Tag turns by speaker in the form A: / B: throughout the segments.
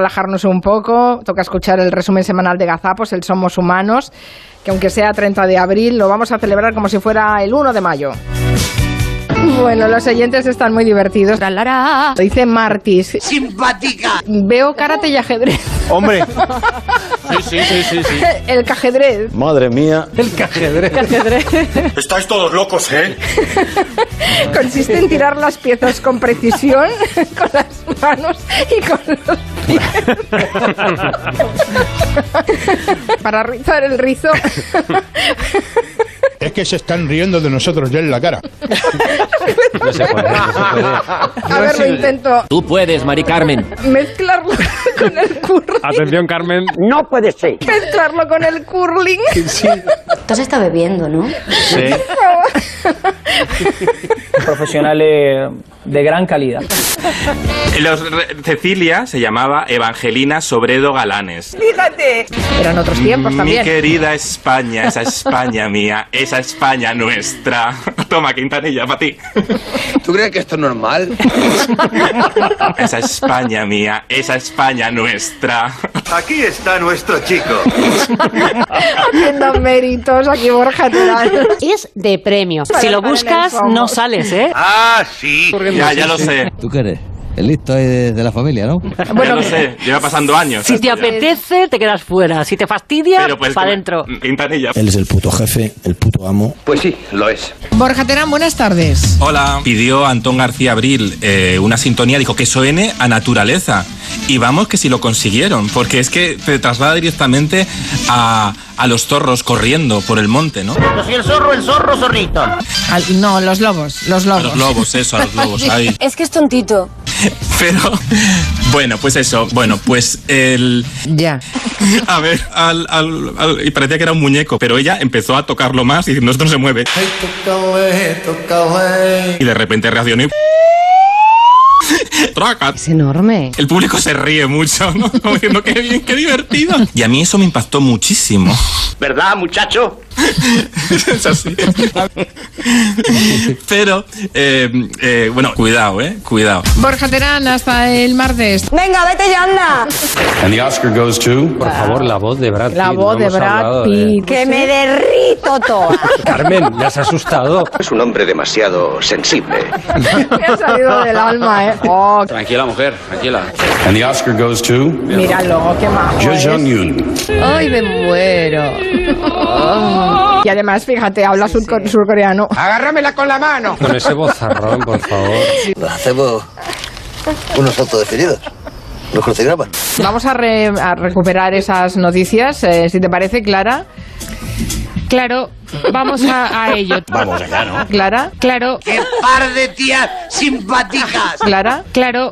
A: relajarnos un poco, toca escuchar el resumen semanal de Gazapos, el Somos Humanos, que aunque sea 30 de abril, lo vamos a celebrar como si fuera el 1 de mayo. Bueno, los oyentes están muy divertidos. Tralará. Dice Martis.
B: Simpática.
A: Veo karate y ajedrez.
C: Hombre. Sí, sí, sí, sí. sí.
A: El cajedrez.
D: Madre mía.
C: El cajedrez.
E: Estáis todos locos, ¿eh?
A: Consiste en tirar las piezas con precisión, con las manos y con los pies. Para rizar el rizo.
F: Es que se están riendo de nosotros ya en la cara.
D: No se puede, no se puede.
A: A ver, lo intento.
G: Tú puedes, Mari Carmen.
A: Mezclarlo con el curling.
H: Ah.
C: Atención, Carmen.
B: No puede ser.
A: Mezclarlo con el curling.
I: Tú has estado bebiendo, ¿no?
C: Sí.
J: profesionales de gran calidad.
K: Los re- Cecilia se llamaba Evangelina Sobredo Galanes.
A: Fíjate. Eran otros
L: Pues
A: tiempos
K: Mi
A: también.
K: querida España, esa España mía, esa España nuestra. Toma, Quintanilla, para ti.
B: ¿Tú crees que esto es normal?
K: Esa España mía, esa España nuestra.
E: Aquí está nuestro chico.
A: Haciendo méritos aquí, Borja Terán.
L: Es de premio.
A: Para
L: Si lo
A: estar en el
L: buscas,
A: Somos.
L: no sales, ¿eh?
E: Ah, sí.
K: Ya, ya lo sé.
D: ¿Tú qué eres? El listo es de, de la familia, ¿no?
K: ya lo sé. Lleva pasando años.
L: Si
K: esto
L: te
K: ya.
L: apetece, te quedas fuera. Si te fastidia,
K: Pero pues,
L: para adentro.
K: Quintanilla.
D: es el puto jefe, el puto amo.
B: Pues sí, lo es.
A: Borja Terán, buenas tardes.
K: Hola. Pidió a Antón García Abril eh, una sintonía, dijo que suene a naturaleza. Y vamos que si lo consiguieron, porque es que te traslada directamente a, a los zorros corriendo por el monte, ¿no?
J: Yo soy el zorro, el zorro, zorrito.
A: no, los lobos, los
K: A los lobos, eso, a los lobos, ahí.
I: Es que es tontito.
K: Pero, bueno, pues eso, bueno, pues el...
A: Ya.
K: A ver, al, al- al- y parecía que era un muñeco, pero ella empezó a tocarlo más y no, esto no se mueve. Y de repente reaccionó y... ¡Traca!
L: Es enorme.
K: El público se ríe mucho, ¿no? Como diciendo, qué bien, qué divertido. Y a mí eso me impactó muchísimo.
B: ¿Verdad, muchacho?
K: Es así. Pero, eh, eh, bueno, cuidado, ¿eh? Cuidado.
A: Borja Terán, hasta el martes.
I: Venga, vete ya, anda.
H: And the Oscar goes to.
C: Por favor, la voz de Brad Pitt.
A: La
C: no
A: voz de
C: hemos hablado
A: Brad
C: de-
A: Pitt.
I: Que me derrito toda.
C: Carmen, me has asustado.
B: Es un hombre demasiado sensible.
A: Me ha salido del alma, ¿eh? Oh,
H: Tranquila, mujer, tranquila. And the Oscar goes to.
A: míralo, qué majo
H: Jo
A: es.
H: Jong Yun.
L: Ay, me muero.
A: Y además, fíjate, habla surco- surcoreano.
B: ¡Agárramela con la mano!
C: Con ese bozarrón, por favor.
J: Hacemos unos autodefinidos. Los crucigramas.
A: Vamos a, re- a recuperar esas noticias, eh, si te parece, Clara.
L: Claro, vamos a, a ello.
D: Vamos allá, ¿no?
A: Clara,
L: Claro,
B: ¡Qué par de tías simpáticas!
A: Clara.
L: claro.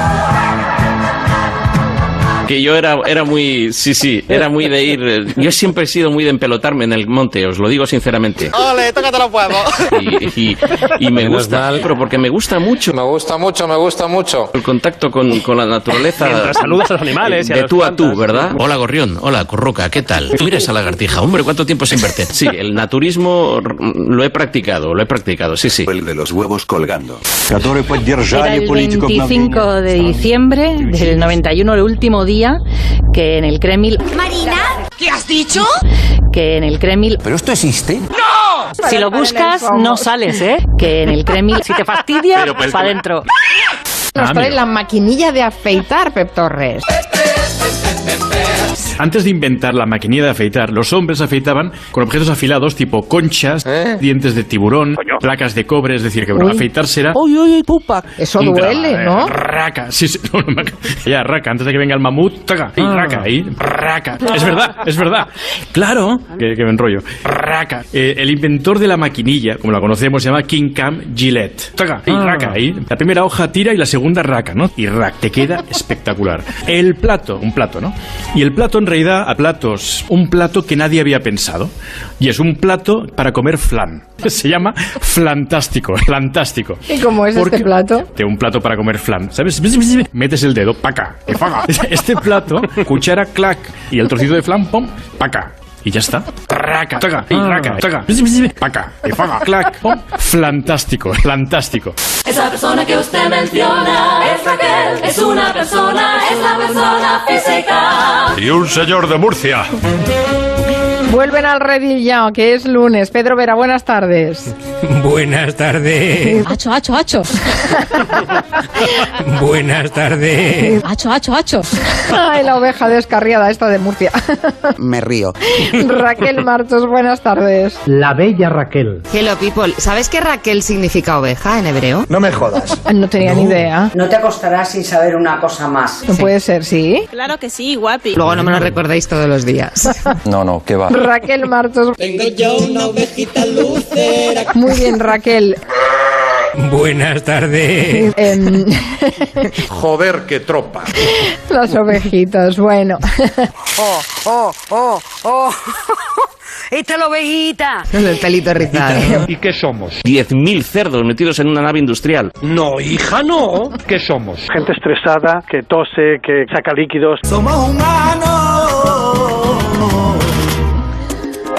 H: Que yo era, era muy, sí, sí, era muy de ir. eh, Yo siempre he sido muy de empelotarme en el monte, os lo digo sinceramente.
J: Ole, tócate los huevos.
H: Y, y- y me
C: Menos
H: gusta,
C: mal.
H: pero porque me gusta mucho
J: Me gusta mucho, me gusta mucho.
H: el contacto con, con la naturaleza.
C: Mientras saludas a los animales y a
H: De
C: las
H: tú a tú,
C: plantas.
H: ¿verdad? Hola, gorrión. Hola, corroca. ¿Qué tal? Tú eres a lagartija. Hombre, ¿cuánto tiempo sin verte? Sí, el naturismo r- lo he practicado, lo he practicado, sí, sí.
E: El de los huevos colgando.
L: Era el 25 de diciembre del 91, el último día que en el Kremlin,
I: Marina,
L: que en el Kremlin,
D: ¿Pero esto existe?
L: si lo buscas, no sales, ¿eh? Que en el Kremlin, si te fastidia,
K: Pero pues-
L: para adentro.
A: Nos
C: Ah,
A: trae
C: mira.
A: la maquinilla de afeitar, Pep Torres.
M: Antes de inventar la maquinilla de afeitar, los hombres afeitaban con objetos afilados tipo conchas, dientes de tiburón, placas de cobre, es decir, que bueno,
A: Uy.
M: afeitarse era...
L: Uy, uy, uy, pupa.
A: Eso
M: un
A: duele,
M: drama,
A: ¿no?
M: eh, Raca, sí, sí, no, no, raca. ya, raca, antes de que venga el mamut, taca,
A: Ah.
M: y raca, y raca. Es verdad, es verdad. Claro, que, que me enrollo. Raca. Eh, el inventor de la maquinilla, como la conocemos, se llama King Cam Gillette.
A: Ah.
M: Taca, y raca, y la primera hoja tira y la segunda raca, ¿no? Y rac, te queda espectacular. El plato, un plato, ¿no? Y el plato en realidad a platos. Un plato que nadie había pensado. Y es un plato para comer flan. Se llama flantástico. Flantástico.
A: ¿Y cómo es este plato?
M: Te un plato para comer flan, ¿sabes? Metes el dedo, paca, que paga. Este plato, cuchara, clac, y el trocito de flan, pom, paca. Y ya está. Ah. Traca, taca, y raca, taca, paca, que paga, clac, pom. Flantástico, flantástico.
G: Esa persona que usted menciona es Raquel, es una persona, es la persona física.
E: Y un señor de Murcia.
A: Vuelven al redil ya, que es lunes. Pedro Vera, buenas tardes.
N: Buenas tardes.
A: Hacho, hacho, hacho.
N: Buenas tardes.
A: Hacho, hacho, hacho. Ay, la oveja descarriada esta de Murcia.
O: Me río.
A: Raquel Martos, buenas tardes.
O: La bella Raquel.
P: Hello people, ¿sabes que Raquel significa oveja en hebreo?
O: No me jodas.
A: No tenía ni idea.
P: No te acostarás sin saber una cosa más.
A: No puede ser, ¿sí?
P: Claro que sí, guapi. Luego no me lo recordáis todos los días.
Q: No, no, que va.
A: Raquel Martos. Tengo yo una ovejita lucera. Muy bien, Raquel.
N: Buenas tardes.
A: Em,
E: Joder, qué tropa.
A: las ovejitas, bueno.
I: Oh, oh, oh, oh. Esta es la ovejita.
P: El pelito rizado.
H: ¿Y qué somos? 10.000 cerdos metidos en una nave industrial. No, hija, no. ¿Qué somos?
R: Gente estresada, que tose, que saca líquidos.
G: Somos humanos.